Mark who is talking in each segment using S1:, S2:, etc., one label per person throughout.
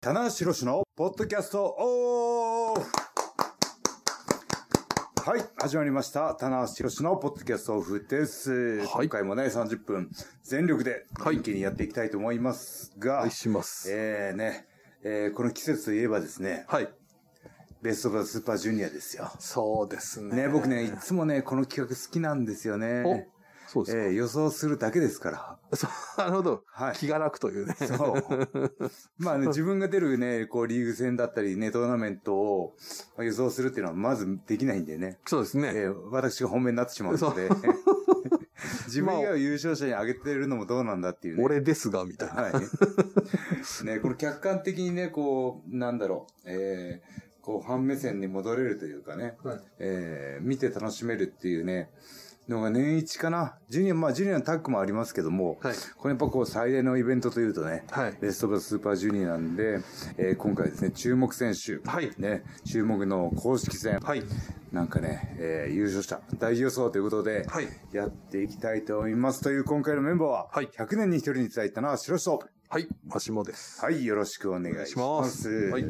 S1: 棚橋宏のポッドキャストオフはい、始まりました。棚橋宏のポッドキャストオフです。
S2: は
S1: 今
S2: い
S1: 回もね、30分全力で
S2: はい
S1: 元気にやっていきたいと思いますが、
S2: お願いします。
S1: えーね、えーこの季節といえばですね、
S2: はい。
S1: ベストオブザスーパージュニアですよ。
S2: そうですね。
S1: ね、僕ね、いつもね、この企画好きなんですよ
S2: お
S1: ね。、
S2: そうですか。
S1: えー予想するだけですから。
S2: そう、なるほど。
S1: はい。
S2: 気が楽というね。
S1: そう。まあね、自分が出るね、こう、リーグ戦だったりね、トーナメントをまあ予想するっていうのはまずできないんでね。
S2: そうですね。
S1: えー私が本命になってしまうので。 自分が優勝者に挙げてるのもどうなんだっていうね。
S2: 俺ですが、みたいな。
S1: は い。ね、これ客観的にね、こう、なんだろう、えー、こう、ファン目線に戻れるというかね、
S2: はい
S1: えー、見て楽しめるっていうね、のが年一かな。ジュニア、まあ、ジュニアのタッグもありますけども、
S2: はい。
S1: これやっぱこう、最大のイベントというとね、
S2: はい。
S1: ベストオブザスーパージュニアなんで、えー今回ですね、注目選手、
S2: はい。
S1: ね、注目の公式戦、
S2: はい。
S1: なんかね、えー優勝者、大予想ということで、
S2: はい。
S1: やっていきたいと思います。という今回のメンバーは、
S2: はい
S1: 100年に一人に伝えたのは白人。
S2: はい。マシモです。
S1: はい、よろしくお願いします。
S2: お願いし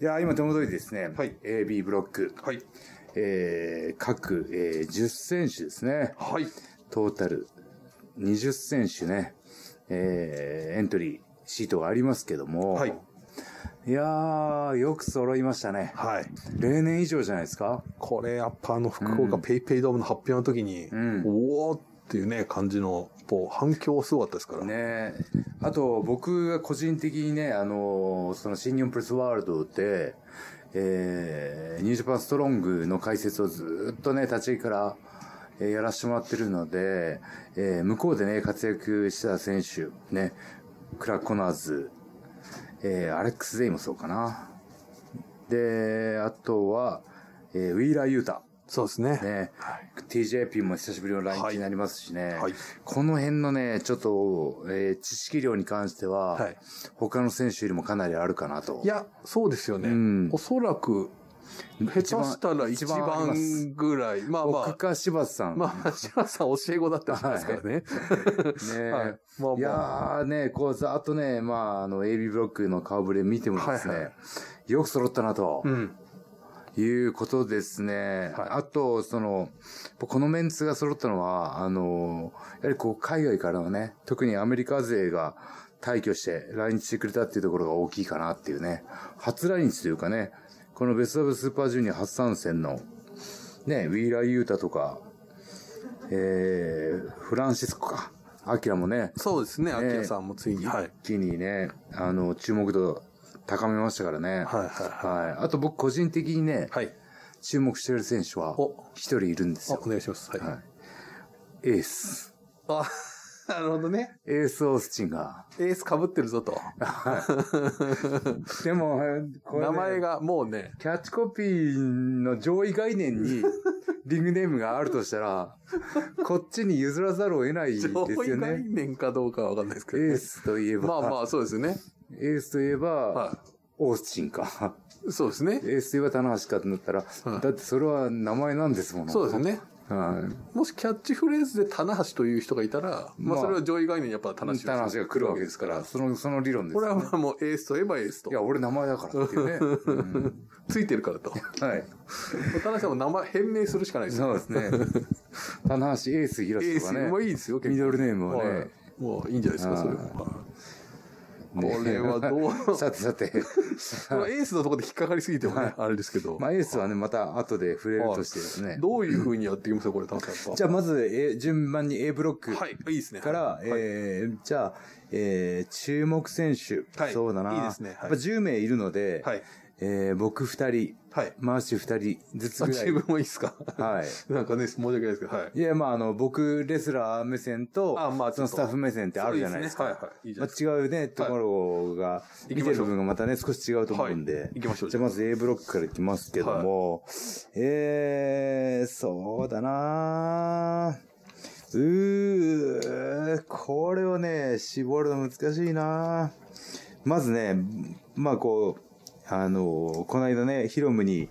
S1: いや、今手元にですね、
S2: はい
S1: AB ブロック、
S2: はい。
S1: えー各、えー10選手ですね、
S2: はい。
S1: トータル20選手ね、えーエントリーシートがありますけども、
S2: はい。
S1: いやー、よく揃いましたね。
S2: はい。
S1: 例年以上じゃないですか
S2: これ、やっぱあの、福岡ペイペイドームの発表の時に、
S1: ん
S2: おおっていうね、感じの、こう、反響すごかったですから。
S1: ねえ。あと、僕が個人的にね、あのーその新日本プレスワールドで、えー、ニュージャパンストロングの解説をずーっとね、立ち上げから、えーやらせてもらってるので、えー向こうでね、活躍した選手、ね、クラッコナーズ、えーアレックス・デイもそうかな。で、あとは、えーウィーラー・ユータ、
S2: そうですね。
S1: ね、
S2: はい。
S1: TJP も久しぶりの来日になりますしね、
S2: はい。
S1: この辺のね、ちょっと、えー知識量に関しては、
S2: はい。
S1: 他の選手よりもかなりあるかなと。
S2: いや、そうですよね。
S1: うん
S2: おそらく、下手
S1: 一番、
S2: したら一
S1: あります
S2: 番ぐらい。まあまあ
S1: 僕、か柴田さん。
S2: まあ、橋原さん教え子だったりしますからね。
S1: ねえ
S2: はい。まあ
S1: い
S2: まあ。
S1: やーね、こう、ざーっとね、まあ、あの、AB ブロックの顔ぶれ見てもですね、
S2: はいは
S1: よく揃ったなと
S2: うん。
S1: いうことですね。
S2: はい
S1: あと、その、このメンツが揃ったのは、あの、やはりこう、海外からのね、特にアメリカ勢が退去して来日してくれたっていうところが大きいかなっていうね。初来日というかね、このベストオブスーパージュニア初参戦の、ね、ウィーラー・ユータとか、えー、フランシスコか、アキラもね、
S2: そうですね、
S1: え
S2: 秋谷さんもついに。はい。
S1: 一気にね、あの、注目度高めましたからね。
S2: はいは
S1: はい。あと僕個人的にね
S2: い。、はい。
S1: 注目してる選手は、
S2: お、
S1: 一人いるんです
S2: あ
S1: よ
S2: お。願いします。はい。
S1: はいエース。
S2: あ、 なるほどね。
S1: エースオースチンが。
S2: エース被ってるぞと。
S1: でも、これね
S2: 名前。がもうね、
S1: キャッチコピーの上位概念 に、リングネームがあるとしたら、こっちに譲らざるを得ないです
S2: 上位
S1: よ
S2: 概
S1: ね。
S2: 念かどうかはわかんないです
S1: エ
S2: けどね。
S1: ースといえば、
S2: まあまあ、そうですよね。
S1: エースといえば、
S2: は
S1: オースチンか。
S2: い。そうですね。
S1: エースといえば棚橋かってなったら、
S2: うん
S1: だってそれは名前なんですもの。
S2: そうですね。
S1: はい。
S2: もしキャッチフレーズで棚橋という人がいたら、
S1: ま
S2: ま
S1: あ
S2: あそれは上位概念にやっぱ棚橋。
S1: 棚橋が来るわけですから、。その、その理論です。
S2: これはまあもうエースといえばエースと
S1: い。や、俺名前だからっていうね。 うん
S2: ついてるからと。
S1: はい。
S2: 田中さんも名前変名するしかないですよ。
S1: そうですね。棚橋エース
S2: エ
S1: 広
S2: ー
S1: 瀬
S2: ス
S1: とかね
S2: も。いいですよ、
S1: ミドルネームは
S2: は
S1: ね
S2: い。もういいんじゃないですか、それは。
S1: ね
S2: これはど う
S1: さてさて。
S2: エースのところで引っかかりすぎてもね、あれですけど。
S1: まあ、エースはね、また後で触れるとしてですね。
S2: どういうふうにやっていきますか、これ、田中さん。
S1: じゃあ、まず、え順番に A ブロック
S2: はい、いいですね。
S1: から、
S2: はい
S1: えーじゃあ、えー注目選手。
S2: はい
S1: そうだな。
S2: いいですねはい
S1: やっぱ10名いるので、
S2: はい。
S1: えー僕2人、
S2: はい。
S1: マーシュ2人ずつ
S2: あ
S1: ぐら
S2: 自
S1: い。
S2: 分もいいですか
S1: はい。
S2: なんかね、申し訳ないですけど、はい。
S1: いや、まあ、あの、僕、レスラー目線と、
S2: あまあ
S1: そのスタッフ目線ってあるじゃないですか。
S2: はいはい。いいじゃ
S1: ま
S2: ないで
S1: あ、違うね、ところが、見てる部分がまたね、少し違うと
S2: す
S1: 思
S2: か。
S1: うんで。
S2: 行きましょう。
S1: じゃあ、まず A ブロックからいきますけども、えー、そうだなうー、これをね、絞るの難しいなまずね、まあ、こう、あの、この間ね、ヒロムに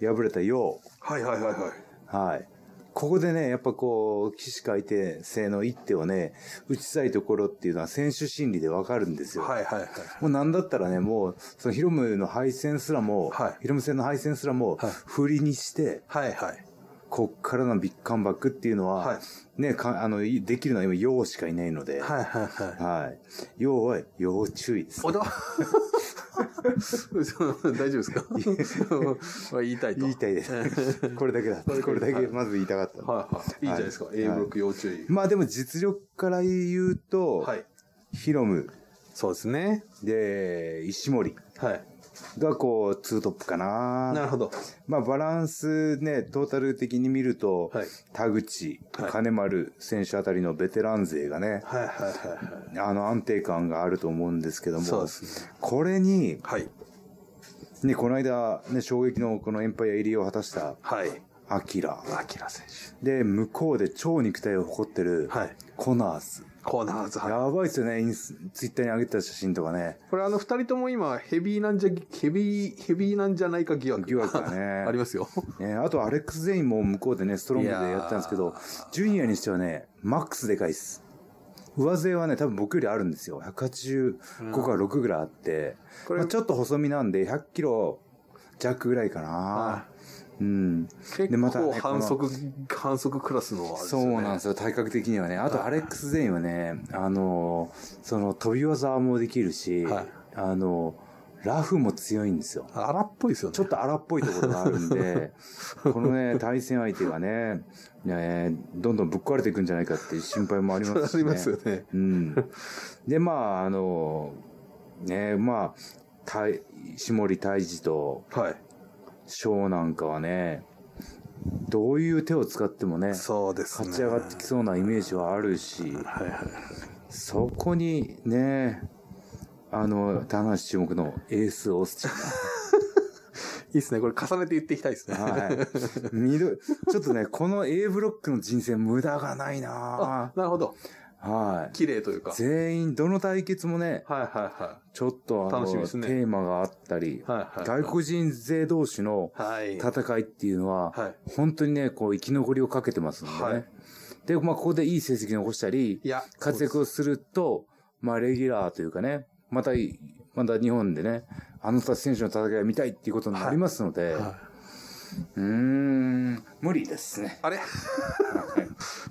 S1: 敗れたよう、
S2: はいはいはいはい。
S1: はい。ここでね、やっぱこう、起死回転性の一手をね、打ちたいところっていうのは選手心理でわかるんですよ。
S2: はいはいはい。
S1: もうなんだったらね、もう、そのヒロムの敗戦すらも、
S2: はい
S1: ヒロム戦の敗戦すらも
S2: はい、
S1: 振りにして、
S2: はいはい。
S1: こっからのビッグカムバックっていうのは、
S2: は
S1: ね、かあの、いできるのは今、ようしかいないので、
S2: はいはいはい。
S1: はい。要は、要注意です。
S2: お だ大丈夫ですか 言いたいと。
S1: 言いたいです。 これだけだ。
S2: これだけ
S1: これだ
S2: は
S1: け、
S2: い
S1: まず言いたかった。
S2: はいはい。いいじゃないですか。
S1: はい
S2: A ブロック要注意。
S1: まあでも実力から言うと、
S2: はい。
S1: ヒロム、
S2: そうですね。
S1: で、石森
S2: はい。
S1: がこう、ツートップかな。
S2: なるほど。
S1: まあバランスね、トータル的に見ると、
S2: はい
S1: 田口、
S2: はい
S1: 金丸選手あたりのベテラン勢がね、
S2: はいはいはいは
S1: あの安定感があると思うんですけど
S2: い。
S1: も、
S2: そうですね。
S1: これに、
S2: はい。
S1: ね、この間、ね、衝撃のこのエンパイア入りを果たした、
S2: はい。
S1: アキラ。
S2: アキラ選
S1: で、向こうで超肉体を誇ってる、
S2: はい
S1: コナーズ。
S2: 手。コーナーズ。はい
S1: やばいっすよね、インスツイッターに上げてた写真とかね。
S2: これあの二人とも今、ヘビーなんじゃ、ヘビー、ヘビーなんじゃないか疑惑。
S1: 疑惑がね
S2: ありますよ。
S1: ね、あと、アレックス・ゼインも向こうでね、ストロングでやってたんですけ
S2: い
S1: ど
S2: や、
S1: ジュニアにしてはね、マックスでかいっす。上背はね、多分僕よりあるんですよ。185から6ぐらいあって、
S2: これ
S1: まあ、ちょっと細身なんで、100キロ弱ぐらいかな。うん。
S2: 結
S1: でまたね
S2: 構反則、反則クラスのあれです
S1: そ
S2: よね。
S1: うなんですよ、体格的にはね。あと、アレックス・ゼインはね、あの、その、飛び技もできるし、
S2: はい
S1: あの、ラフも強いんですよ。
S2: 荒っぽいですよね。
S1: ちょっと荒っぽいところがあるんで、 このね、対戦相手がね、ねどんどんぶっ壊れていくんじゃないかっていう心配もありますし、
S2: あ
S1: ね。
S2: りますよね。
S1: うん。で、まあ、あの、ね、まあ、たい下森大治と
S2: はい。
S1: 翔なんかはね、どういう手を使ってもね、
S2: そうですね。
S1: 勝ち上がってきそうなイメージはあるし、
S2: はいはい。
S1: そこにね、あの、棚橋注目のエースオスチン
S2: いいですね。これ重ねて言っていきたいですね。
S1: はい。緑、ちょっとね、この A ブロックの人生無駄がない
S2: あ
S1: な、ぁ
S2: なるほど。
S1: はい。
S2: 綺麗というか。はい
S1: 全員、どの対決もね、
S2: はいは
S1: ちょっとあの、
S2: 楽しみです
S1: テ
S2: ね
S1: ーマがあったり
S2: い。、はいはい。
S1: 外国人勢同士の
S2: はい。
S1: 戦いっていうのは、
S2: はい。
S1: 本当にね、こう、生き残りをかけてますんでね。
S2: はい
S1: で、まあ、ここでいい成績残したり
S2: い、や、
S1: 活躍をすると、まあ、レギュラーというかね、またい、また日本でね、あの人たち選手の戦いを見たいっていうことになりますので、
S2: そうです。はい、
S1: うーん、無理ですね。
S2: あれ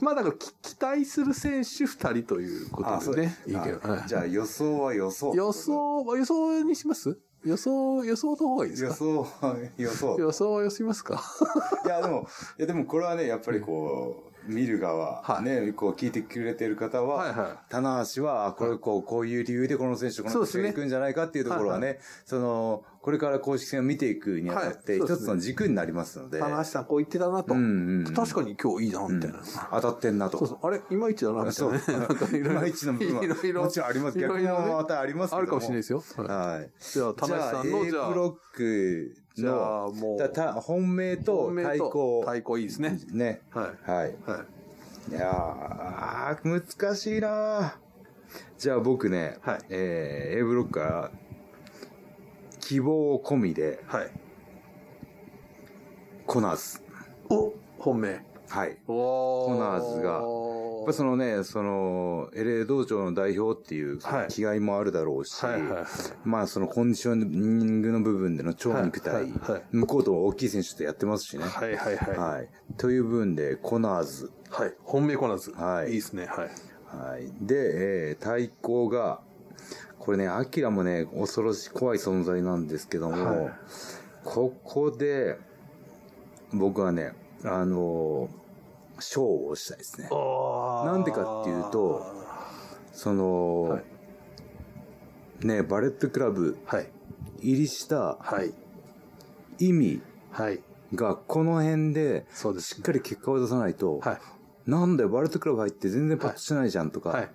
S2: まあだからき、期待する選手二人ということですね。いいけど。はい
S1: じゃあ予想は予想。
S2: 予想、予想にします予想、予想の方がいいです
S1: 予
S2: か
S1: 想は予想。
S2: 予想は予想しますか
S1: いやでも、いやでもこれはね、やっぱりこう、見る側、
S2: はい
S1: ね、こう聞いてくれてる方は、
S2: はいは
S1: 棚橋は、あこれ、こう、こういう理由でこの選手、こ
S2: そ
S1: の
S2: うです
S1: 選
S2: ね
S1: 手が行くんじゃないかっていうところはね、その、これから公式戦を見ていくにあたって、
S2: はいそうで
S1: 一
S2: すね
S1: つの軸になりますので、
S2: い。棚橋さんこう言ってたなと。
S1: うんうんうん
S2: 確かに今日いいな、みたいな。
S1: 当たってんなと。
S2: そうそう。あれ、いまいちだな、みたい なね。
S1: そう
S2: なんかい
S1: い
S2: ろいろ
S1: まいちの部分は、
S2: いろいろ
S1: もちろんあります。
S2: いろ
S1: 逆
S2: いろね
S1: もまたありますけど
S2: あるかもしれないですよ。はい
S1: はい。
S2: じゃあ、田
S1: じ
S2: 中
S1: ゃ
S2: さ
S1: あ、
S2: んの、
S1: A
S2: じゃ
S1: ブ
S2: あ、
S1: ロック
S2: じゃ
S1: の、
S2: あもう、
S1: だた本命と対抗。
S2: 対抗いいですね。
S1: ね。
S2: は
S1: はい。
S2: い。はい
S1: やー、難しいなーじゃあ僕ね、
S2: はい
S1: えー A ブロックから、希望込みで、
S2: い。はい。
S1: コナーズ。
S2: お本命。
S1: はい。やっ
S2: お
S1: コナーズがぱそのね、その、LA 道場の代表っていう
S2: はい
S1: 気概もあるだろうし、
S2: はいはい。
S1: まあそのコンディショニングの部分での超肉体、
S2: はいはいはい
S1: 向こうとは大きい選手とやってますしね。
S2: はいはいは
S1: はい。という分で、コナーズ。
S2: い。はい。本命コナーズ。
S1: はい
S2: いいですね。はい。
S1: はい。で、えー対抗が、これね、アキラもね、恐ろしい、怖い存在なんですけども、
S2: はい
S1: ここで、僕はね、あのー、勝負をしたいですね。
S2: おー
S1: なんでかっていうとその、
S2: はい
S1: ね、バレットクラブ
S2: はい。
S1: 入りした
S2: はい。
S1: 意味
S2: はい。
S1: が、この辺で、
S2: そうです
S1: しっかり結果を出さないと、
S2: はい。
S1: なんだよ、バレットクラブ入って全然パッとしないじゃんとか、
S2: はい。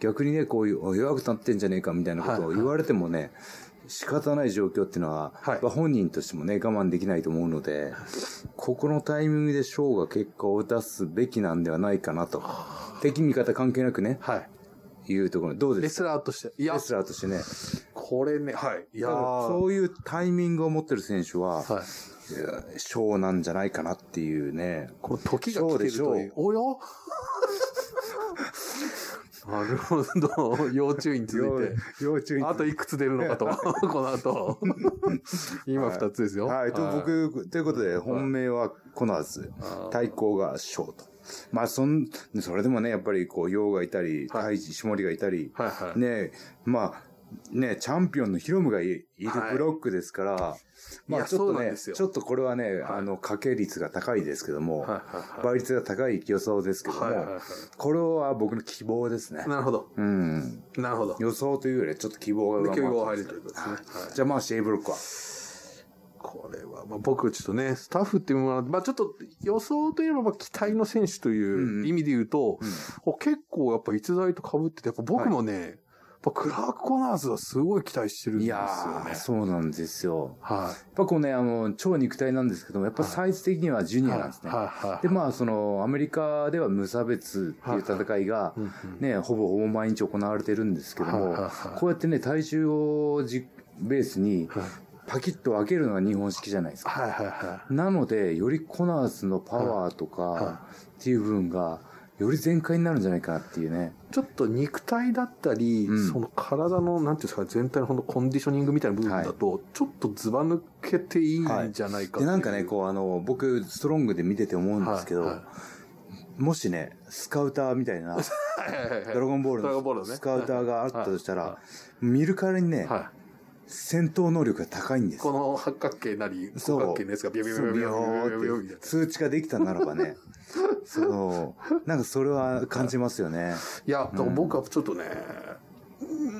S1: 逆にね、こういう、お弱くなってんじゃねえかみたいなことを
S2: はい
S1: 言われてもね、仕方ない状況っていうのは、
S2: はい
S1: やっぱ本人としてもね、我慢できないと思うので、ここのタイミングでショーが結果を出すべきなんではないかなと。敵味方関係なくね、
S2: はい。
S1: いうところ、どうで
S2: レ
S1: すか
S2: スラーとして。いや
S1: レ、スラーとしてね。
S2: これね、はい。いやー
S1: そういうタイミングを持ってる選手は、
S2: はい。
S1: 賞なんじゃないかなっていうね。
S2: この時が来てる
S1: そ
S2: と
S1: うで
S2: い
S1: し
S2: う
S1: ょ。
S2: およなるほど。要注意に続いて。
S1: 要要注意。
S2: あといくつ出るのかと。 この 後。今二つですよ。
S1: はい、と、。僕、ということで、本命はコナーズ
S2: あー、
S1: 対抗がショート。まあ、そん、それでもね、やっぱり、こう、ヨウがいたり、
S2: はい
S1: タイジ、シモリがいたり、
S2: はいはい。
S1: ね、まあ、ね、チャンピオンのヒロムがいいる
S2: はい
S1: ブロックですから、ま
S2: い
S1: あ、
S2: や
S1: ちょ
S2: そ
S1: っ
S2: う
S1: と
S2: なん
S1: ね、
S2: ですよ
S1: ちょっとこれはね、あの、掛け率が高いですけども、
S2: はいはいはい
S1: 倍率が高い予想ですけども、
S2: はいはいは
S1: これは僕の希望ですね
S2: い。。なるほど。
S1: うん。
S2: なるほど。
S1: 予想というよりはちょっと希望が
S2: で、
S1: 上回
S2: 競合
S1: っ
S2: 入
S1: てます
S2: るということですね。はい
S1: じゃあまあ C ブロックは。
S2: これは、まあ、僕ちょっとね、スタッフっていうものは、まあ、ちょっと予想といえば、まあ、期待の選手と
S1: ん
S2: いううん意味で言うと、
S1: ん
S2: お結構やっぱ逸材と被ってて、やっぱ僕もね、やっぱクラーク・コナーズはすごい期待してるんですよね。
S1: そうなんですよ。
S2: は
S1: やっぱこうね、あの、超肉体なんですけども、やっぱサイズ的にはジュ
S2: い。
S1: ニアなんですね。
S2: はいはいはい。
S1: で、まあ、その、アメリカでは無差別っていう戦いが、ね、ほぼほぼ毎日行われてるんですけど
S2: はいはい
S1: も
S2: はい、
S1: こうやってね、体重をじベースに、パキッと分けるのが日本式じゃないですか。
S2: はいはいはい。
S1: なので、よりコナーズのパワーとか、っていう部分が、より全開になるんじゃないかなっていうね。
S2: ちょっと肉体だったり、
S1: うん
S2: その体の、なんていうんですか、全体のほんとコンディショニングみたいな部分だと、ちょっとずば抜けていいんじゃないかって
S1: で、
S2: いう
S1: なんかね、こう、あの、僕、ストロングで見てて思うんですけど、
S2: はいはい
S1: もしね、スカウターみたい な、
S2: はいはいはい
S1: ドラゴンボール
S2: ドラゴンボールの
S1: の
S2: ね
S1: スカウターがあったとした
S2: は
S1: ら
S2: いは、
S1: 見るからにね、
S2: はい。
S1: 戦闘能力が高いんです
S2: こ
S1: よ。
S2: の八角形なり、
S1: そ
S2: 五
S1: う
S2: 角形のやつがビヨビヨビヨビヨビヨビヨビヨビヨビヨみたいな。
S1: 数値化できたならばね、そう、なんかそれは感じますよね。
S2: いや、だから僕はちょっとね、う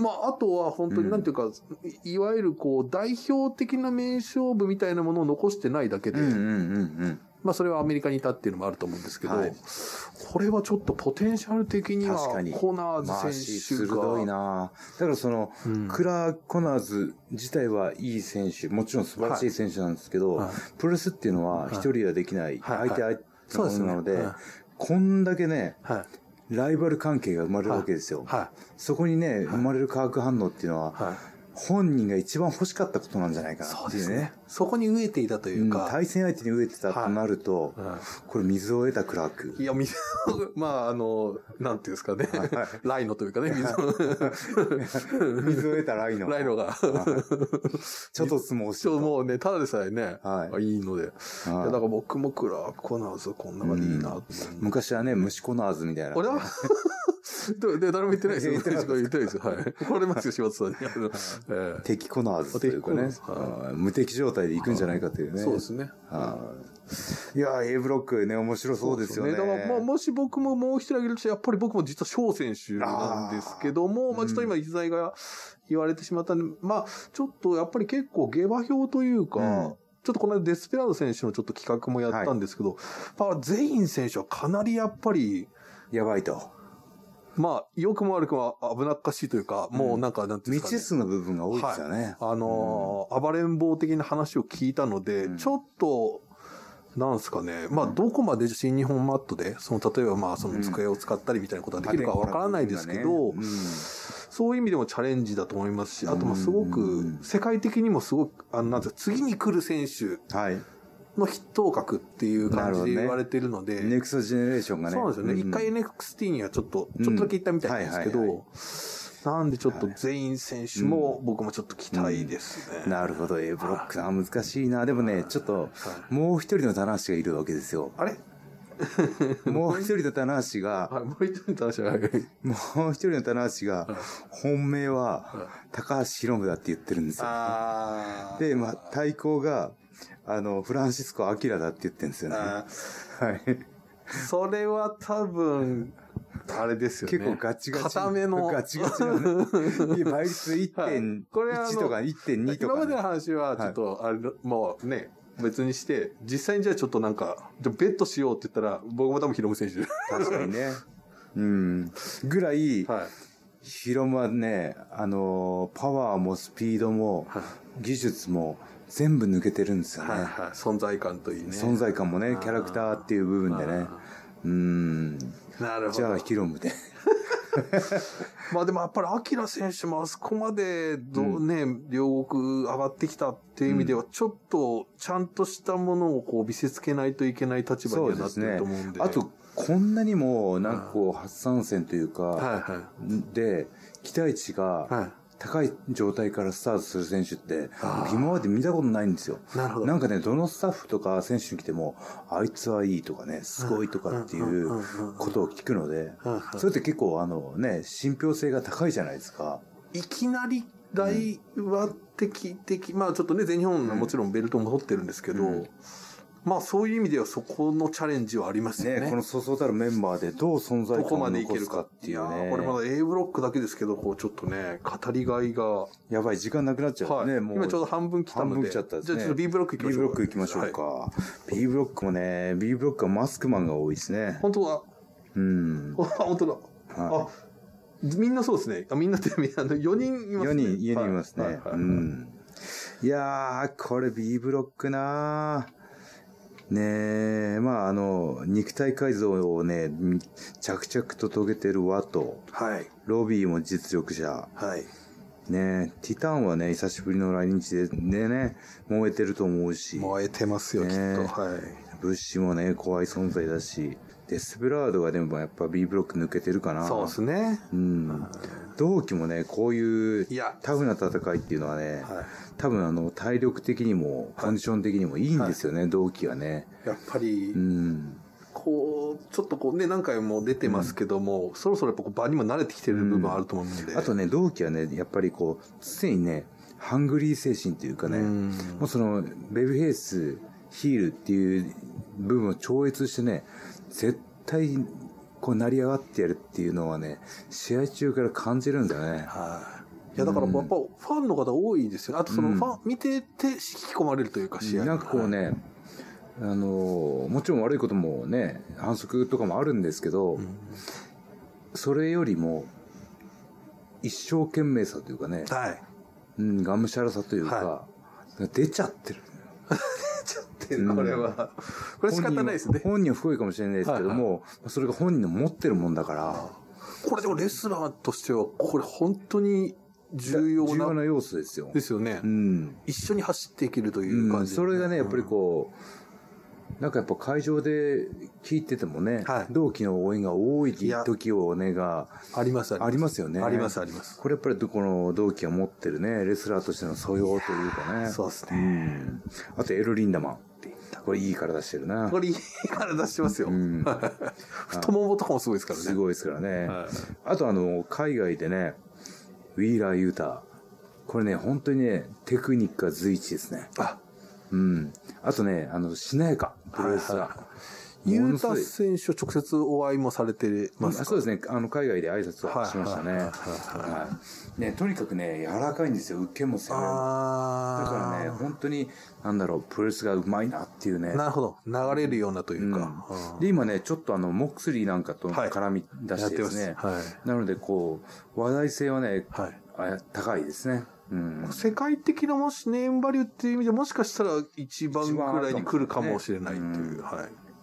S2: んまあ、あとは本当になんていうか、いいわゆるこう、代表的な名勝負みたいなものを残してないだけで、
S1: うんうんうん
S2: まあ、それはアメリカにいたっていうのもあると思うんですけど、
S1: はい
S2: これはちょっとポテンシャル的には、
S1: 確かに
S2: コナ
S1: うん。マ
S2: ー
S1: ー
S2: ズ
S1: シー
S2: 選手が、
S1: 鋭いなだからその、
S2: うん
S1: クラー・コナーズ自体はいい選手、もちろん素晴らしい選手なんですけど、
S2: はい
S1: プロレスっていうのは一人ではできない、
S2: はいはい
S1: 相手相手
S2: そうですね
S1: なので、
S2: はい
S1: こんだけね、
S2: はい。
S1: ライバル関係が生まれるわけですよ。
S2: は
S1: そこにね、生まれる化学反応っていうのは、
S2: い。はい。
S1: 本人が一番欲しかったことなんじゃないか
S2: そ
S1: な
S2: う
S1: って
S2: で
S1: いう
S2: す
S1: ね
S2: ね。。そこに飢えていたといううんか、
S1: 対戦相手に飢えてたとなると、
S2: はい
S1: これ水を得たクラーク。
S2: いや、水の、まあ、あの、なんていうんですかね。ライノというかね、水の、
S1: 水を得たライノ。
S2: ライノが。
S1: ちょっと相撲をし
S2: ち
S1: て
S2: ょ、
S1: た
S2: もうね、ただでさえね、、
S1: はい
S2: いので。いやだから僕もクラークコナーズはこんな感じいいなと思う
S1: 昔はね、虫コナーズみたいな。
S2: 俺 はでで、誰も言ってないですよ。
S1: 言ってなかった
S2: 言ってないですよ。はい。怒られますよ、柴田さんに。あのええ
S1: 敵コナーズというかね
S2: 敵、コナー
S1: うん無敵状態で行くんじゃないかというね。
S2: そうですね。
S1: はいいやー、A ブロックね、面白そうですよね。
S2: だから、まあ、もし僕ももう一人挙げるとしたら、やっぱり僕も実は翔選手なんですけども、まあ、ちょっと今、逸材が言われてしまったんで、まあ、ちょっとやっぱり結構下馬評というか、
S1: うん
S2: ちょっとこの間デスペラード選手のちょっと企画もやったんですけど、まあ、ゼイン選手はかなりやっぱり、
S1: やばいと。
S2: まあ、良くも悪くも危なっかしいというか、もうなんか、なんていうん
S1: 未
S2: ですか、
S1: 知。
S2: ね
S1: 数の部分が多いですよね。
S2: あのー暴れん坊的な話を聞いたので、ちょっと、なんですかね、まあ、どこまで新日本マットで、その、例えばまあ、その机を使ったりみたいなことができるかわからないですけど、
S1: うん
S2: そういう意味でもチャレンジだと思いますし、あと、まあ、すごく、世界的にもすごく、あの、なんていうか次に来る選手
S1: はい。
S2: の筆頭格っていう感じ
S1: な
S2: で言
S1: るほどね
S2: われてるので、
S1: ネクストジェネレーションがね。
S2: そうなんですよね。一、回 NXT にはちょっと、ちょっとだけ行ったみたいなんですけど、
S1: うんはいは
S2: なんでちょっと全員選手も僕もちょっと期待ですね。
S1: なるほど、A ブロックな、難しいな。でもね、ちょっと、もう一人の棚橋がいるわけです よ。
S2: あれ
S1: もう一人の棚橋が、
S2: はい、もう一人の話は、はい
S1: もう一人の棚橋が、本命は、高橋宏夢だって言ってるんですよ。
S2: あ
S1: で、まあ、対抗が、あの、フランシスコ・アキラだって言ってるんですよね。は
S2: あ
S1: い。
S2: それは多分、あれですよね。
S1: 結構ガチガチ。
S2: 固めの。
S1: ガチガチなね。 で倍率1.1
S2: これあの
S1: とか1.2と
S2: 今
S1: か
S2: まで
S1: ね、
S2: の話は、ちょっと、あれ、もうね、別にして、実際にじゃあちょっとなんか、じゃあベットしようって言ったら、僕も多分ヒロム 選手。
S1: 確かにね。うん。ぐらい、
S2: はい。
S1: ヒロムはね、あのーパワーもスピードも、技術も全部抜けてるんですよね。
S2: はいはい。存在感といいね。
S1: 存在感もね、キャラクターっていう部分でね。うん。
S2: なるほど。
S1: じゃあ、ヒロムで。
S2: まあでもやっぱり、アキラ選手もあそこまでど、
S1: う
S2: ね、両国上がってきたっていう意味では、ちょっと、ちゃんとしたものをこう見せつけないといけない立場にはなってると思うんで。
S1: あと、こんなにも、なんかこう、初参戦というか、
S2: はいは
S1: で、期待値
S2: い。
S1: が
S2: は
S1: 高い状態からスタートする選手って
S2: あ、ー
S1: 今まで見たことないんですよ。
S2: い。なるほど。
S1: なんかね、どのスタッフとか選手に来ても、あいつはいいとかね、すごいとかってい
S2: んん
S1: うん
S2: うん
S1: ことを聞くので、
S2: うんうん
S1: それって結構あのね、信憑性が高いじゃないですか。
S2: いきなり大和的的、まあちょっとね、全日本のもちろんベルトも取ってるんですけど、
S1: うん
S2: まあそういう意味ではそこのチャレンジはありますよ
S1: ね
S2: ね。
S1: このそうそうたるメンバーでどう存在
S2: どこ
S1: 感を
S2: までいけ
S1: 残
S2: る
S1: すか
S2: かっ
S1: ってて
S2: い
S1: いうう
S2: ね。これま
S1: ね。
S2: だ A ブロックだけですけど、こうちょっとね、語りがいが、は
S1: やばい、時間なくなっちゃう
S2: い。
S1: ね、もう。
S2: 今ちょうど半分来た
S1: 半
S2: の
S1: 分
S2: で。
S1: 来ちゃったです
S2: じゃ
S1: ね。
S2: あちょっと B ブロック行きま
S1: B
S2: しょう
S1: ブロック行きましょうか。
S2: はい
S1: B ブロックもね、B ブロックはマスクマンが多いですね。
S2: 本当は、
S1: うん。
S2: あ本当だ。
S1: は
S2: あみんなそうですね。あみんなって、あの4人い
S1: い、4
S2: ますね。
S1: 人、家にいますね。
S2: はいはいはい
S1: うん。いやー、これ B ブロックなー。ねえ、まあ、あの、肉体改造をね、着々と遂げてるワト。
S2: はい。
S1: ロビーも実力者。
S2: はい。
S1: ねえ、ティタンはね、久しぶりの来日ででね、燃えてると思うし。
S2: 燃えてますよ、きっと。
S1: ね
S2: はい。
S1: ブッシュもね、怖い存在だし、デスペラードがでもやっぱ B ブロック抜けてるかな。
S2: そうですね。
S1: うん。同期もね、こういう
S2: いや
S1: タフな戦いっていうのはね、
S2: はい
S1: 多分あの、体力的にも、コンディション的にもいいんですよね、同期はね。
S2: やっぱり、
S1: うん。
S2: こう、ちょっとこうね、何回も出てますけども、そろそろやっぱこう場にも慣れてきてる部分あると思うんで。
S1: あとね、同期はね、やっぱりこう、常にね、ハングリー精神というかね、
S2: うん
S1: もうその、ベビーフェイス、ヒールっていう部分を超越してね、絶対、こう、成り上がってやるっていうのはね、試合中から感じるんだよね。
S2: はい。いや、だからやっぱファンの方多いですよね。あとそのファン、見てて引き込まれるというか、試合に
S1: なんかこう。ね、あのーもちろん悪いこともね、反則とかもあるんですけど、それよりも、一生懸命さというかね、
S2: はい。
S1: うん、がむしゃらさというか、
S2: は
S1: 出ちゃってる。
S2: ちょっと、これは、これ仕方ないですね。
S1: 本人は本人は不幸いかもしれないですけども、それが本人の持ってるもんだから、
S2: これでもレスラーとしては、これ本当に重要
S1: 重要
S2: な、
S1: な要素ですよ。
S2: ですよね
S1: う。ん。
S2: 一緒に走っていけるという
S1: う
S2: 感
S1: ん、
S2: じ。
S1: それがね、やっぱりこう、なんかやっぱ会場で聞いててもね、
S2: はい
S1: 同期の応援が多い
S2: いや
S1: 時をね、が
S2: あります、
S1: ありますよね。
S2: あります、あります。
S1: これやっぱりどこの同期が持ってるね、レスラーとしての素養というかね。
S2: そうです
S1: う
S2: ね。
S1: ん。あとエル・リンダマン。これいい体してるな
S2: こ。れいい体してますよ。
S1: うん。
S2: 太ももとかもすごいですからね。
S1: すごいですからね。
S2: はい
S1: あとあの、海外でね、ウィーラー・ユータ。これね、本当にね、テクニックが随一ですね。
S2: あ、
S1: うん。あとね、あの、しなやか、プロレスラー。
S2: ユ
S1: もの
S2: ー
S1: すご
S2: タ
S1: い
S2: 選手は直接お会いもされて
S1: ま
S2: ま
S1: あ、
S2: すか
S1: そうですね。あの、海外で挨拶
S2: は
S1: を
S2: い
S1: しましたね。
S2: はいはい
S1: はい。ね、とにかくね、柔らかいんですよ。受けも攻めも。だ
S2: あ
S1: からね、本当に、なんだろう、プロレスがうまいなっていうね。
S2: なるほど。流れるようなというか。
S1: うん、で、今ね、ちょっとあの、モックスリーなんかと
S2: はい
S1: 絡み出
S2: や
S1: し
S2: ってて
S1: で
S2: ますす。
S1: ね。
S2: はい。
S1: なので、こう、話題性はね、
S2: はい。
S1: あ高いですね。うん。
S2: 世界的なもしネームバリューっていう意味でもしかしたら一番
S1: 一番
S2: くらいに来るかもしれないっていうう。はい。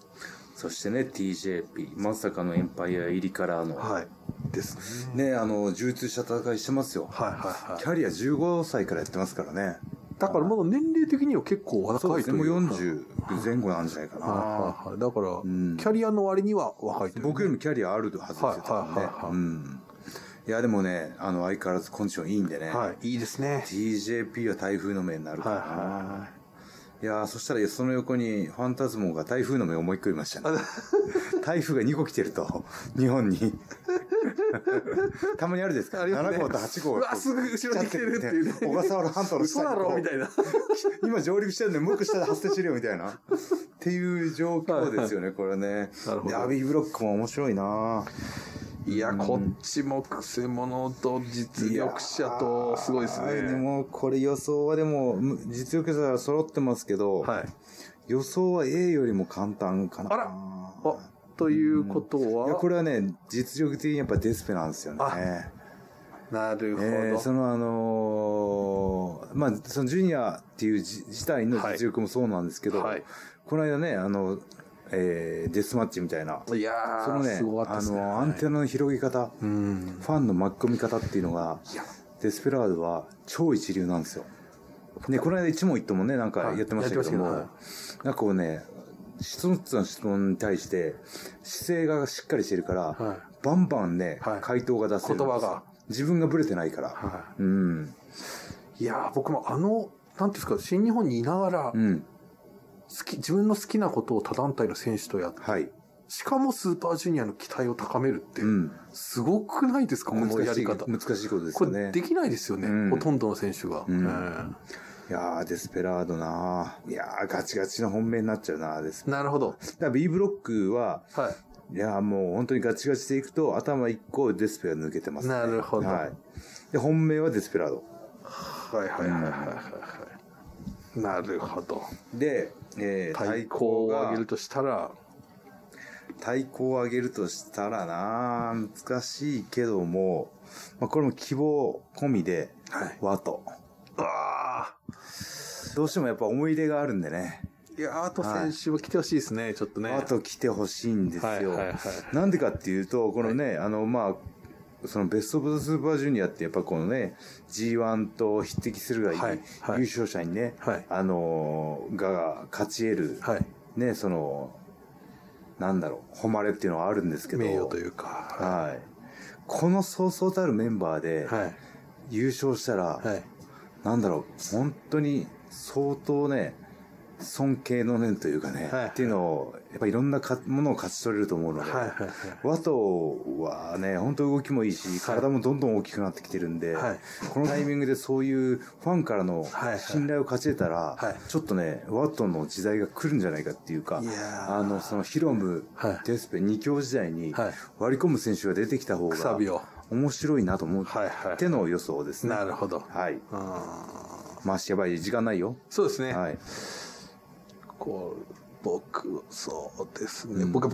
S1: そしてね、TJP。まさかのエンパイア入りからの、
S2: はい。ですね。
S1: ね、あの、充実した戦いしてますよ。
S2: はいはいはい
S1: キ。ャリア15歳からやってますからね。
S2: だからまだ年齢的には結構
S1: そう
S2: 若い
S1: です
S2: と
S1: ね。
S2: い
S1: もう
S2: うか。
S1: 40前後なんじゃないか
S2: はい
S1: な。
S2: はいはい。だから、
S1: ん
S2: キャリアの割には若いという。
S1: 僕よりもキャリアあるはずですよ、多分
S2: はい
S1: ね
S2: はいはいはい
S1: うん。いや、でもね、あの、相変わらずコンディションいいんでね。
S2: はい。いいですね。
S1: TJP は台風の目になるかな。
S2: はいはいはい
S1: やーそしたらその横にファンタズモが台風の目をもう一個いましたね。 台風が2個来てると、日本 に。たまにあるですから、
S2: ありますね
S1: 7号と8号
S2: うわ、すぐ後ろに来てるっていうね。
S1: 小笠原半島の
S2: 嘘
S1: 下に
S2: だ
S1: こう
S2: ろみたいな。
S1: 今上陸してるのに、もう一個下で発生してるよみたいな。っていう状況ですよね、これね。
S2: なるほど
S1: いや、B ブロックも面白いない
S2: や、こっちもくせ者と実力者と、すごいです
S1: あーで
S2: ね。
S1: も、これ予想はでも、む実力者は揃ってますけど、
S2: はい。
S1: 予想は A よりも簡単かな。
S2: あらあ、ということ
S1: いや、
S2: は、
S1: これはね、実力的にやっぱデスペなんですよね。
S2: あなるほど。
S1: えーそのあのーまあ、そのジュニアっていうじ自体の実力もそうなんですけど、
S2: はいはい
S1: この間ね、あの、えーデスマッチみたいな。
S2: いやー、
S1: そのね、
S2: すごかった
S1: あ
S2: ですね。
S1: の、アンテナの広げ方、
S2: うん。
S1: ファンの巻き込み方っていうのが
S2: いや、
S1: デスペラードは超一流なんですよ。ね、この間一問一答もね、なんか
S2: はい
S1: やってましたけども、
S2: やって
S1: なん
S2: ま
S1: かこうね、質問つの質問に対して、姿勢がしっかりしてるから、
S2: はい
S1: バンバンね、
S2: はい
S1: 回答が出せるんですよ
S2: 言葉が。
S1: 自分がブレてないから。
S2: は
S1: うん。
S2: いやー、僕もあの、なんていうんですか、新日本にいながら、
S1: うん。
S2: 好き、自分の好きなことを他団体の選手とやって、
S1: はい。
S2: しかもスーパージュニアの期待を高めるって
S1: う、ん。
S2: すごくないですか、このや
S1: 難し
S2: り
S1: い、
S2: 方。
S1: 難しいことです
S2: こ
S1: よね。
S2: れできないですよね、
S1: うん
S2: ほとんどの選手が。
S1: ん
S2: うん
S1: いやー、デスペラードなーいやー、ガチガチの本命になっちゃうなーです。だか
S2: なるほど。
S1: ら B ブロックは、
S2: はい。
S1: いやーもう本当にガチガチでいくと、頭一個デスペが抜けてます、ね。
S2: なるほど
S1: はい。で、本命はデスペラード。
S2: はいはいはいはいはい。なるほど。
S1: で、えー、
S2: 対
S1: 対
S2: 抗
S1: 抗
S2: を上
S1: が
S2: げる、としたら、
S1: 対抗を上げるとしたらなー難しいけども、まあ、これも希望込みで、
S2: はい。
S1: ワと。
S2: あ
S1: どうしてもやっぱ思い出があるんでね、
S2: あ、いや、あと選手は来てほしいですね、ちょっとね。
S1: ワと来てほしいんですよ。
S2: はいはいはい。
S1: なんでかっていうと、このね、あの、まあ、そのベスト・オブ・ザ・スーパージュニアってやっぱこのね、G1 と匹敵するがいい、
S2: はいはい
S1: 優勝者にね、
S2: はい
S1: あのーが勝ち得る、
S2: はい。
S1: ね、その、なんだろう、誉れっていうのはあるんですけど、
S2: 名誉というか。
S1: はい。このそうそうたるメンバーで
S2: はい。
S1: 優勝したら、
S2: はい。
S1: なんだろう、本当に相当ね、尊敬の念というかね、
S2: はい
S1: っていうのを、やっぱいろんなかものを勝ち取れると思うので、
S2: はいはい
S1: ワトはね、本当動きもいいし、体もどんどん大きくなってきてるんで、
S2: はい
S1: このタイミングでそういうファンからの
S2: はいはい
S1: 信頼を勝ち得たら、
S2: はい
S1: ちょっとね、ワトの時代が来るんじゃないかっていうか
S2: いや、ー
S1: あの、そのヒロム、
S2: はい
S1: デスペ、二強時代に
S2: はい
S1: 割り込む選手が出てきた方
S2: くさ
S1: が
S2: びを
S1: 面白いなと思っ
S2: はいはい
S1: ての予想ですね。
S2: なるほど。
S1: はい。
S2: うん
S1: まあ、やばい、時間ないよ。
S2: そうですね。
S1: はい。
S2: こう僕、そうですね。僕は、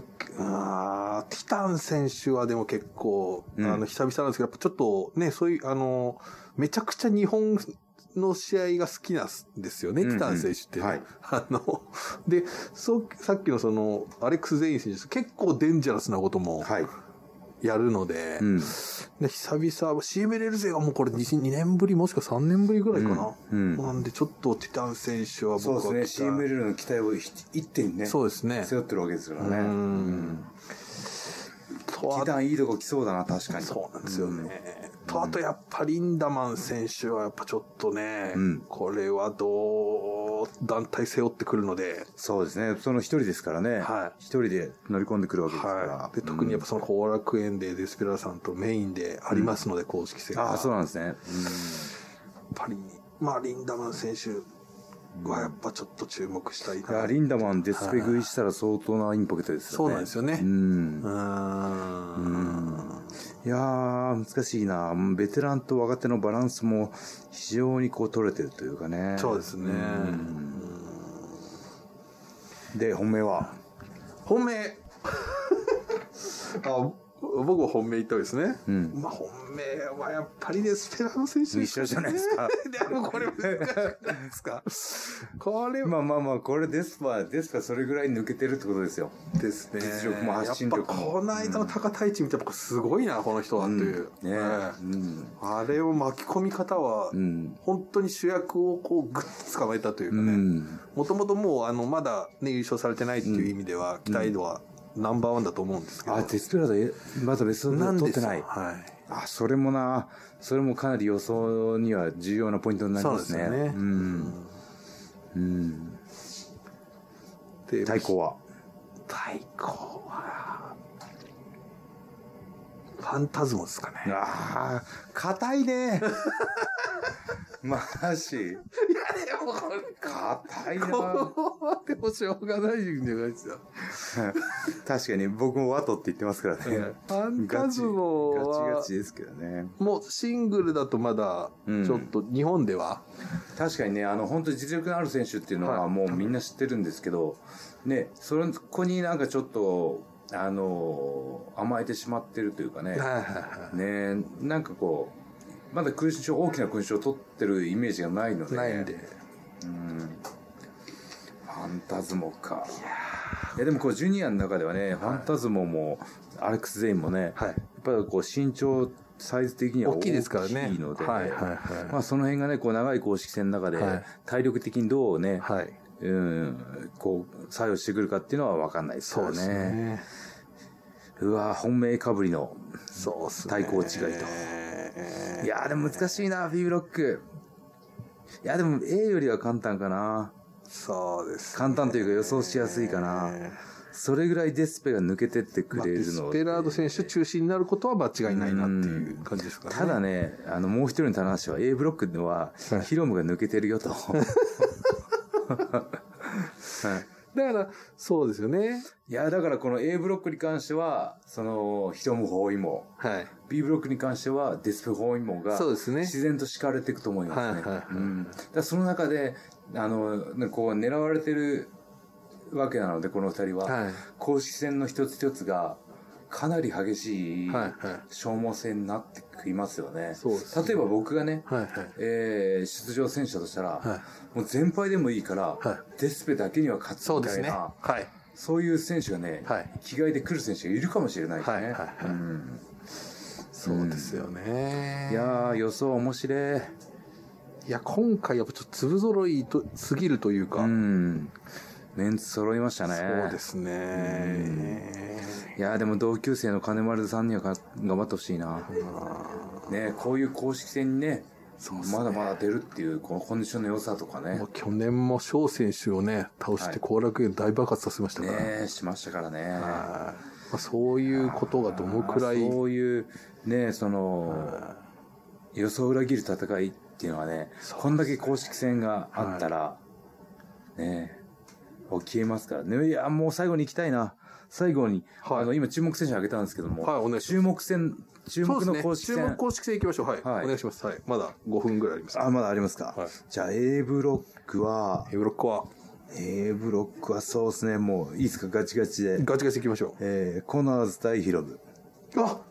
S2: あーティタン選手はでも結構、
S1: うん
S2: あの、久々なんですけど、やっぱちょっとね、そういう、あの、めちゃくちゃ日本の試合が好きなんですよね、
S1: うんうん
S2: ティタン選手って、ね
S1: はい
S2: あの、で、そう、さっきのその、アレックス・ゼイン選手、結構デンジャラスなことも
S1: はい。
S2: やるので、
S1: うん。
S2: で久々、CMLL 勢がもうこれ 2, 2年ぶり、もしくは3年ぶりぐらいかな。
S1: うんうん
S2: なんで、ちょっとティタン選手は僕
S1: そ
S2: は
S1: うです
S2: 期
S1: ね。
S2: 待
S1: CML の期待を一一手にね、
S2: そうですね。
S1: 背負ってるわけですからね。
S2: うん。
S1: テ
S2: と
S1: ィ
S2: あ
S1: タンいいとこ来そうだな、確かに。
S2: そうなんですよね。とあとやっぱリンダマン選手はやっぱちょっとね、
S1: うん
S2: これはどう団体背負ってくるので、
S1: そうですね。その一人ですからね。
S2: はい
S1: 一人で乗り込んでくるわけですから。
S2: はい、で特にやっぱその後楽園でデスペラーさんとメインでありますので、公式戦が
S1: ああ、そう
S2: や
S1: な
S2: っ
S1: んですね。
S2: ぱり、まあリンダマン選手はやっぱちょっと注目したい
S1: うん、い
S2: な。
S1: や、リンダマン、デスペ食いしたら相当なインパクトですよね。
S2: そうなんですよね。
S1: うん
S2: うーん。
S1: いやー、難しいな。ベテランと若手のバランスも非常にこう取れてるというかね。
S2: そうですね。
S1: で、本命は
S2: 本命 あ僕は本命言った方がいいですね、
S1: ん
S2: まあ本命はやっぱりねスペラーの選手
S1: 一緒じゃないですか。
S2: でもこれ難しくないですかこれは
S1: まあまあまあ、これデスパ、デスパそれぐらい抜けてるってことですよ。
S2: ですね
S1: 実力も発信力も
S2: やっぱこの間の高田一見てやっぱすごいなこの人はという、
S1: ね
S2: ええ
S1: うん。
S2: あれを巻き込み方は、
S1: うん。
S2: 本当に主役をこうグッと捕まえたというか
S1: う
S2: ね、
S1: ん。
S2: もともともうあのまだ、ね、優勝されてないっていう意味では、期待度はナンバーワンだと思うんですけど、
S1: あ、デスペラード、まだベスト
S2: な
S1: なんん取
S2: で
S1: っ
S2: す
S1: て
S2: よ
S1: ない。
S2: はい
S1: あ、それもな、それもかなり予想には重要なポイントになりますね。
S2: そうですよね
S1: うん。うん。
S2: で
S1: 対抗は
S2: 対抗はファンタズモですかね
S1: ああ、硬いね。 マジ。
S2: でもこれ
S1: 硬いな。
S2: はでもしょうがないんじゃないですか
S1: 確かに僕もワトって言ってますからね。
S2: ファンタ
S1: ガ
S2: ズ
S1: チ、
S2: モ
S1: ガチガ
S2: は
S1: チですけどね。
S2: もうシングルだとまだ
S1: うん
S2: ちょっと日本では、
S1: 確かにね、あの、本当に実力のある選手っていうのはもうみんな知ってるんですけど、ね、それここになんかちょっと、あの甘えてしまってるというかね。
S2: はいはいは
S1: ねなんかこう、まだ勲章、大きな勲章を取ってるイメージがないの
S2: い
S1: で。
S2: ないんで
S1: うん。ファンタズモか。
S2: いや
S1: いやでもこうジュニアの中ではね、ファンタズモもアレックス・ゼインもね、
S2: はい
S1: やっぱりこう身長サイズ的には
S2: 大きいですからね
S1: 大きいので、
S2: はいはいはい
S1: まあその辺がね、こう長い公式戦の中で
S2: はい、
S1: 体力的にどうね、
S2: はい。
S1: うん、こう作用してくるかっていうのは分かんないですか
S2: そう
S1: ら
S2: です
S1: ね。
S2: ね。
S1: うわ本命かぶりの。
S2: そうですね。
S1: 対抗違いと
S2: えー
S1: いやーでも難しいな、フィブロック。いやでも A よりは簡単かな。
S2: そうです、
S1: 簡単というか予想しやすいかな
S2: え
S1: それぐらいデスペが抜けてってく
S2: ーまあ
S1: れ
S2: デ
S1: る
S2: ス
S1: の。
S2: ペラード選手中心になることは間違いないなっていう感じですかね。
S1: ただね、あの、もう一人の棚橋は A ブロックでは
S2: はい、
S1: ヒロムが抜けてるよと。
S2: だから、そうですよね。
S1: いや、だからこの A ブロックに関しては、その、ヒロム包囲網。
S2: はい。
S1: B ブロックに関しては、デスペ包囲網が、
S2: そうですね
S1: 自然と敷かれていくと思いますね。
S2: はいはいはい
S1: うん。だからその中で、あの、こう、狙われてるわけなので、この二人は。
S2: はい。
S1: 公式戦の一つ一つが、かなり激しい
S2: はいはい
S1: 消耗戦になってきますよね。
S2: そうですね
S1: 例えば僕がね、
S2: はいはい。
S1: えー出場選手だとしたら、
S2: は
S1: もう全敗でもいいから、
S2: は
S1: デスペだけには勝つ
S2: そう
S1: み
S2: で
S1: た
S2: す
S1: い
S2: ね。
S1: な、
S2: はい。
S1: そういう選手がね、
S2: はい
S1: 着替えで来る選手がいるかもしれないですね。
S2: はいはいはい
S1: うん
S2: そうですよね。
S1: いやー、予想面白い。
S2: いや、今回やっぱちょっと粒揃いとすぎるというか、
S1: うん。メンツ揃いましたね。
S2: そうですね。
S1: いやーでも同級生の金丸さんにはか頑張ってほしいな。ねこういう公式戦にね、
S2: そうっすね
S1: まだまだ出るっていう、このコンディションの良さとかね
S2: もう。去年も翔選手をね、倒し
S1: は
S2: て
S1: い
S2: 後楽園大爆発させましたから、
S1: ねしましたからね。
S2: はいまあ、そういうことがどのくらい、
S1: あーそういう、ねその、予想を裏切る戦いっていうのはね、こんだけ公式戦があったら、ね起きえますからね。いや、もう最後に行きたいな。最後に、
S2: はい
S1: あの、今注目選手挙げたんですけども、
S2: はいお願いします
S1: 注目戦、注
S2: そう
S1: 目
S2: です
S1: の
S2: ね
S1: 公式
S2: 注目
S1: 戦。
S2: 公式戦いきましょう。はい。
S1: はい
S2: お願いします。はい。まだ5分ぐらいあります。
S1: あ、まだありますか。
S2: はい
S1: じゃあ A ブロックは、
S2: えブロックは
S1: A ブロックはそうですね、もういいですか、ガチガチで。
S2: ガチガチいきましょ
S1: えー、コナーズ対ヒロム。
S2: う。あ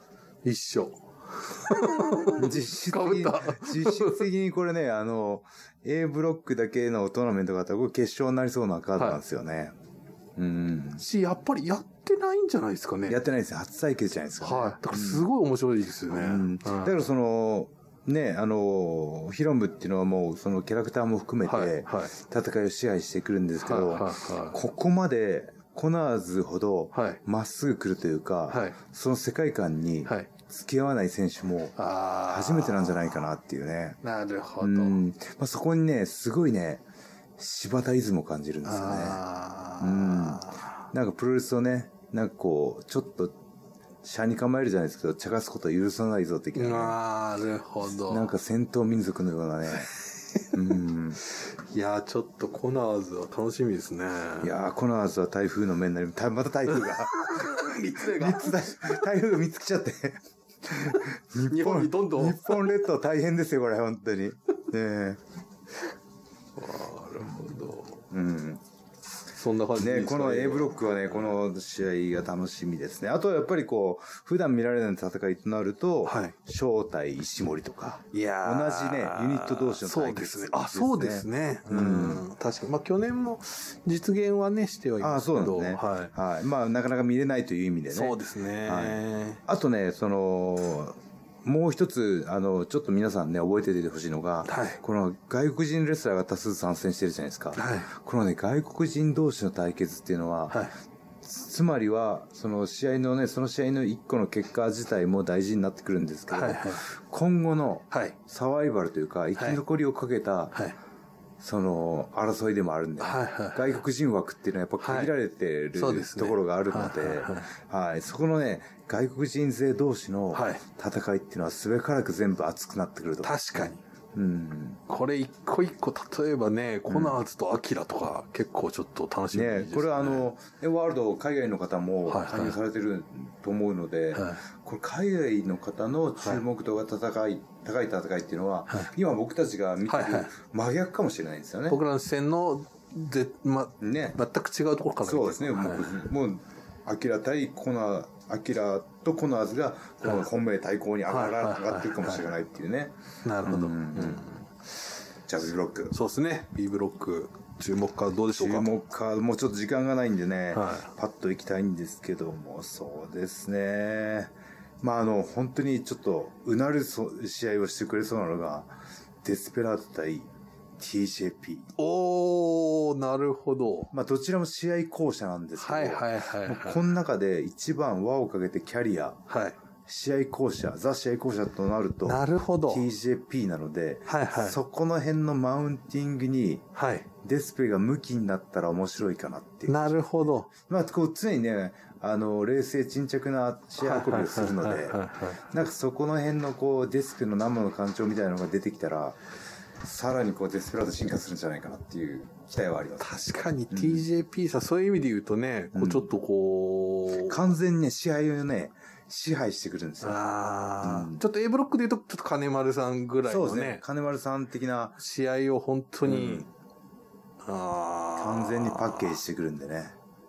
S2: 一緒。
S1: 実質
S2: か
S1: 的
S2: ぶっ
S1: に
S2: た、
S1: 実質的にこれね、あの、A ブロックだけのトーナメントがあったら、これ決勝になりそうなカードなんですよね。うん。
S2: し、やっぱりやってないんじゃないですかね。
S1: やってないですね。初対決じゃないですか、ね。
S2: はい。だからすごい面白いですよね。
S1: うん、だ
S2: はい
S1: からその、ね、あの、ヒロムっていうのはもう、そのキャラクターも含め
S2: はい
S1: て
S2: はい、
S1: 戦いを支配してくるんですけど、
S2: はいはいはい
S1: ここまで、コナーズほど
S2: はい、
S1: まっすぐ来るというか、
S2: はい
S1: その世界観に
S2: はい、
S1: 付き合わない選手も、
S2: あー
S1: 初めてなんじゃないかなっていうね。
S2: なるほ
S1: う
S2: ど。
S1: ん。まあ、そこにね、すごいね、柴田イズムを感じるんですよね。
S2: あ
S1: う
S2: ー
S1: ん。なんかプロレスをね、なんかこう、ちょっと、車に構えるじゃないですけど、茶化すことは許さないぞ的なね、
S2: なるほど。
S1: なんか戦闘民族のよう なね。うん。
S2: いやー、ちょっとコナーズは楽しみですね。
S1: いやー、コナーズは台風の目になり、たまた台風が。
S2: 三つ目
S1: 三つだ台風が見つけちゃって。
S2: 日本にどんど
S1: 日
S2: ん
S1: 本列島大変ですよ、これ、本当に。ねえ。
S2: なるほど。
S1: うん。
S2: そんな感じ
S1: ね、この A ブロ
S2: ッ
S1: ックはね、この試合が楽しみですね。あとはやっぱりこう、普段見られない戦いとなると、
S2: はい
S1: 正体石森とか、
S2: ク。いや
S1: 同
S2: ー
S1: じね、ユニット同士の
S2: そう
S1: 対
S2: で
S1: 決
S2: すね。あ、そうです。ね。うん。確かに。まあ、去年も実現はね、してはい
S1: あ
S2: ま
S1: あ、
S2: すけ
S1: そうなん
S2: ど。
S1: ですね。
S2: はい。
S1: はい。まあ、なかなか見れないという意味でね。
S2: そうですね。
S1: はあとね、その、もう一つ、あの、ちょっと皆さんね、覚えておいてほしいのが、
S2: はい
S1: この外国人レスラーが多数参戦してるじゃないですか。
S2: はい
S1: このね、外国人同士の対決っていうのは、
S2: はい
S1: つまりは、その試合のね、その試合の一個の結果自体も大事になってくるんですけど、
S2: はいはい
S1: 今後の
S2: はい
S1: サバイバルというか、生き残りをかけた、
S2: はい。
S1: その争いでもあるんで、
S2: はいはい
S1: 外国人枠っていうのはやっぱ限られてる、
S2: そうですね
S1: ところがあるので、
S2: は
S1: はいい
S2: はい
S1: そこのね、外国人勢同士の
S2: はい
S1: 戦いっていうのはすべからく全部熱くなってくると。
S2: 確かに。
S1: うん。
S2: これ一個一個、例えばね、コナーズとアキラとか、結構ちょっと楽しみです
S1: ね
S2: ね、。
S1: これはあ、の、ねワールド海外の方も
S2: はいはい
S1: 加入されてると思うので、
S2: はい
S1: これ海外の方の注目度が戦い、高い戦いっていうのは、今僕たちが見てる
S2: はいはい
S1: 真逆かもしれないんですよね。
S2: 僕らの視線の、ぜ、ま、
S1: ね。
S2: 全く違うところから見てる
S1: そうですね、も、
S2: はいう
S1: もう、アキラ対コナー、アキラとコナーズが、この本命対抗に上がら、
S2: はい
S1: 上がってるかもしれないっていうね。
S2: なるほど。
S1: ジャズブロック。
S2: そうですね。B ブロック。注目かどうでしょ
S1: 注
S2: うか。
S1: 目か、もうちょっと時間がないんでね、
S2: はい
S1: パッと行きたいんですけども、そうですね。まあ、あの、本当にちょっと、うなるそ試合をしてくれそうなのが、デスペラード対 TJP。
S2: おー、なるほど。
S1: まあ、どちらも試合後者なんですけど、
S2: はいはいはい、
S1: もう
S2: は
S1: この中で一番輪をかけてキャリア、
S2: い。はい。
S1: 試合後者、ザ試合後者となると、
S2: なるほど。
S1: TJP なので、
S2: はいはい
S1: そこの辺のマウンティングに、
S2: はい。
S1: デスペが向きになったら面白いかなっていう。
S2: なるほど。
S1: まあ、こう常にね、あの、冷静沈着な試合運びをするの
S2: はい
S1: で
S2: はいはいはいはい、
S1: なんかそこの辺のこう、デスペの生の感情みたいなのが出てきたら、さらにこう、デスペラード進化するんじゃないかなっていう期待はあります。
S2: 確かに TJP さん、そういう意味で言うとね、こうちょっとこう、
S1: 完全にね、試合をね、支配してくるんですよ。
S2: ああ、
S1: うん
S2: ちょっと A ブロックで言うと、ちょっと金丸さんぐらい
S1: そう
S2: の
S1: です
S2: ね、
S1: ね。金丸さん的な、
S2: 試合を本当に、
S1: うん
S2: ああ、
S1: 完全にパッケージしてくるんでね。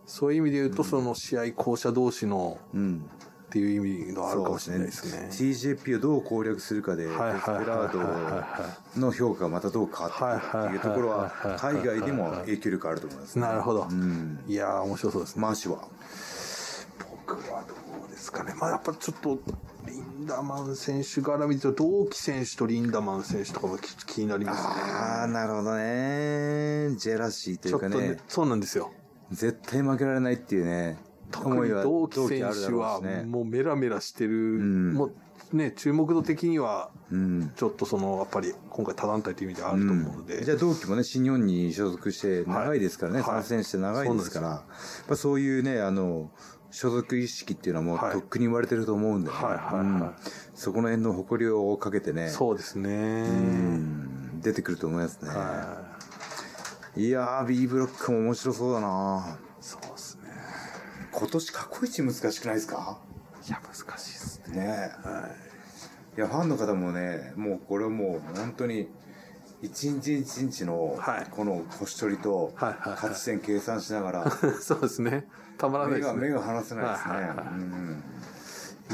S2: そういう意味で言うと、その試合後者同士の
S1: うん。
S2: っていう意味があるかもしれないですね。
S1: TJP をどう攻略するかで、デスペ
S2: はいはいはい
S1: ラードの評価がまたどう変わってくるっていうところは、海外でも影響力あると思いますね。
S2: なるほど。
S1: うん。
S2: いやー、面白そうですね。
S1: マーシュは。
S2: 僕はどうですかね。まあ、やっぱちょっと、リンダマン選手絡みで言うと、同期選手とリンダマン選手とかもき気になりますね。
S1: ああ、なるほどね。ジェラシーとい
S2: ちょ
S1: う
S2: っと
S1: か
S2: ね
S1: ね、、
S2: そうなんですよ。
S1: 絶対負けられないっていうね。
S2: 特に同期選手
S1: 同
S2: は
S1: 期あるだろうしね。
S2: もうメラメラしてる、
S1: ん
S2: もうね、注目度的には、
S1: うん。
S2: ちょっとその、やっぱり今回多団体という意味ではあると思うので、
S1: じゃあ同期もね、新日本に所属して長いですからね、
S2: はい
S1: 参戦して長いですから、やっぱそういうね、あの、所属意識っていうのはも
S2: は
S1: う
S2: い
S1: とっくに言われてると思うんで、ね
S2: はいはいはい
S1: うんそこの辺の誇りをかけてね、
S2: そうですね。
S1: うん出てくると思いますね。、
S2: はい
S1: やー、B ブロックも面白そうだない
S2: そうですね。
S1: 今年過去一難しくないですか
S2: いや、難しいですね。
S1: ねえ。
S2: はい
S1: や、ファンの方もね、もうこれもう本当に、一日一日の
S2: はい、
S1: この腰取りと、
S2: はいはいはい
S1: 勝ち点計算しながら、
S2: い。 そうですね。たまらない
S1: 目
S2: です
S1: が、目
S2: ね。
S1: が離せないですね
S2: はいはいはい。
S1: うん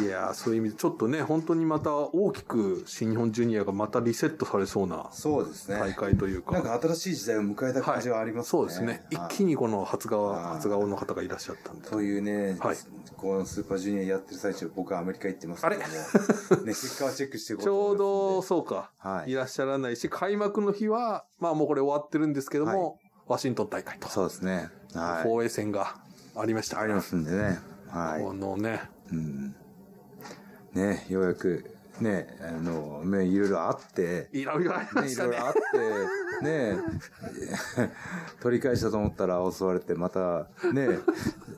S2: いやーそういう意味で、ちょっとね、本当にまた大きく新日本ジュニアがまたリセットされそうな
S1: そうですね。
S2: 大会というか。
S1: なんか新しい時代を迎えた感じはありますね。
S2: そうですね。一
S1: はい
S2: 気にこの初顔、
S1: い
S2: 初顔の方がいらっしゃったんで。
S1: というね、
S2: はい
S1: このスーパージュニアやってる最中、僕はアメリカ行ってますけども、ね、結果はチェックしていこう
S2: ち
S1: と
S2: ょ
S1: 思
S2: うど、
S1: いますんで
S2: そうか、
S1: はい
S2: い。らっしゃらないし、開幕の日は、まあもうこれ終わってるんですけども、ワシントン大会と、
S1: そうですね。はい。
S2: 防衛戦がありました。
S1: ありますんでね。はい。
S2: このね、
S1: うんね、ようやく、ね、あの、ね、いろいろあって、
S2: いろいろありま
S1: ね、い
S2: した
S1: ろい
S2: ね。
S1: ろあって、ね、 取り返したと思ったら襲われて、また、ね、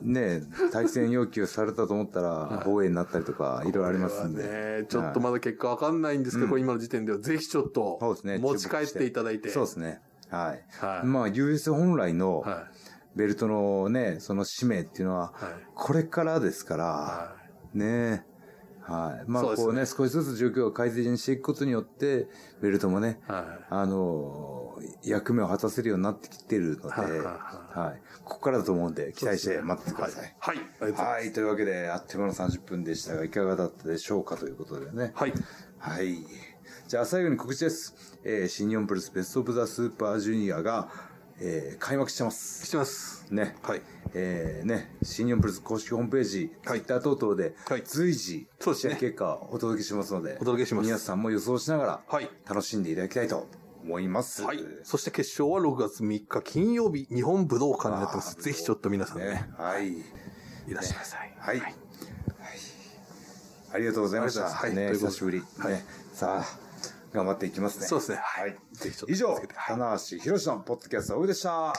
S1: ね、対戦要求されたと思ったら、防衛になったりとか、いろいろありますんで。
S2: ね、ちょっとまだ結果わかんないんですけど、これ今の時点ではぜひちょっと
S1: そうですね。
S2: 持ち帰っていただいて、
S1: そうですね。はい。
S2: はい
S1: まあ、US 本来の
S2: は
S1: ベルトのね、その使命っていうのは、
S2: はい
S1: これからですから、
S2: いは
S1: ねはい。まあ、
S2: そうです
S1: こ
S2: ね
S1: うね、少しずつ状況を改善していくことによって、ベルトもね、
S2: い、はい。
S1: あのー役目を果たせるようになってきてるので、
S2: はいはい
S1: はい。ここからだと思うんで、期待して待っててください。
S2: はい、ありがとうございます。
S1: はい。というわけで、あっという間の30分でしたが、いかがだったでしょうかということでね。
S2: はい。
S1: はい。じゃあ最後に告知です。えー、新日本プロレスベストオブザスーパージュニアが、えー開幕してます。
S2: してます。
S1: ね。
S2: はい。
S1: えーね、新日本プロレス公式ホームページ、
S2: はい
S1: Twitter 等々で
S2: はい
S1: 随時、
S2: そうです
S1: 試
S2: ね
S1: 合結果をお届けしますので、
S2: お届けします
S1: 皆さんも予想しながら、
S2: はい
S1: 楽しんでいただきたいと思います。
S2: はい。そして決勝は6月3日金曜日、日本武道館になってま
S1: あ
S2: す。
S1: ー
S2: ぜひちょっと皆さんね
S1: ね、、はい。
S2: いらっしゃいください。
S1: はい。はい。ありがとうございました。
S2: あり
S1: ね、
S2: がとうござ
S1: 久
S2: います
S1: しぶり。ね。さあ、頑張っていきますね。
S2: そうですね。
S1: はい。
S2: ぜひちょっと
S1: 以上
S2: 続けて、
S1: 棚橋博士のポッドキャストオフでした。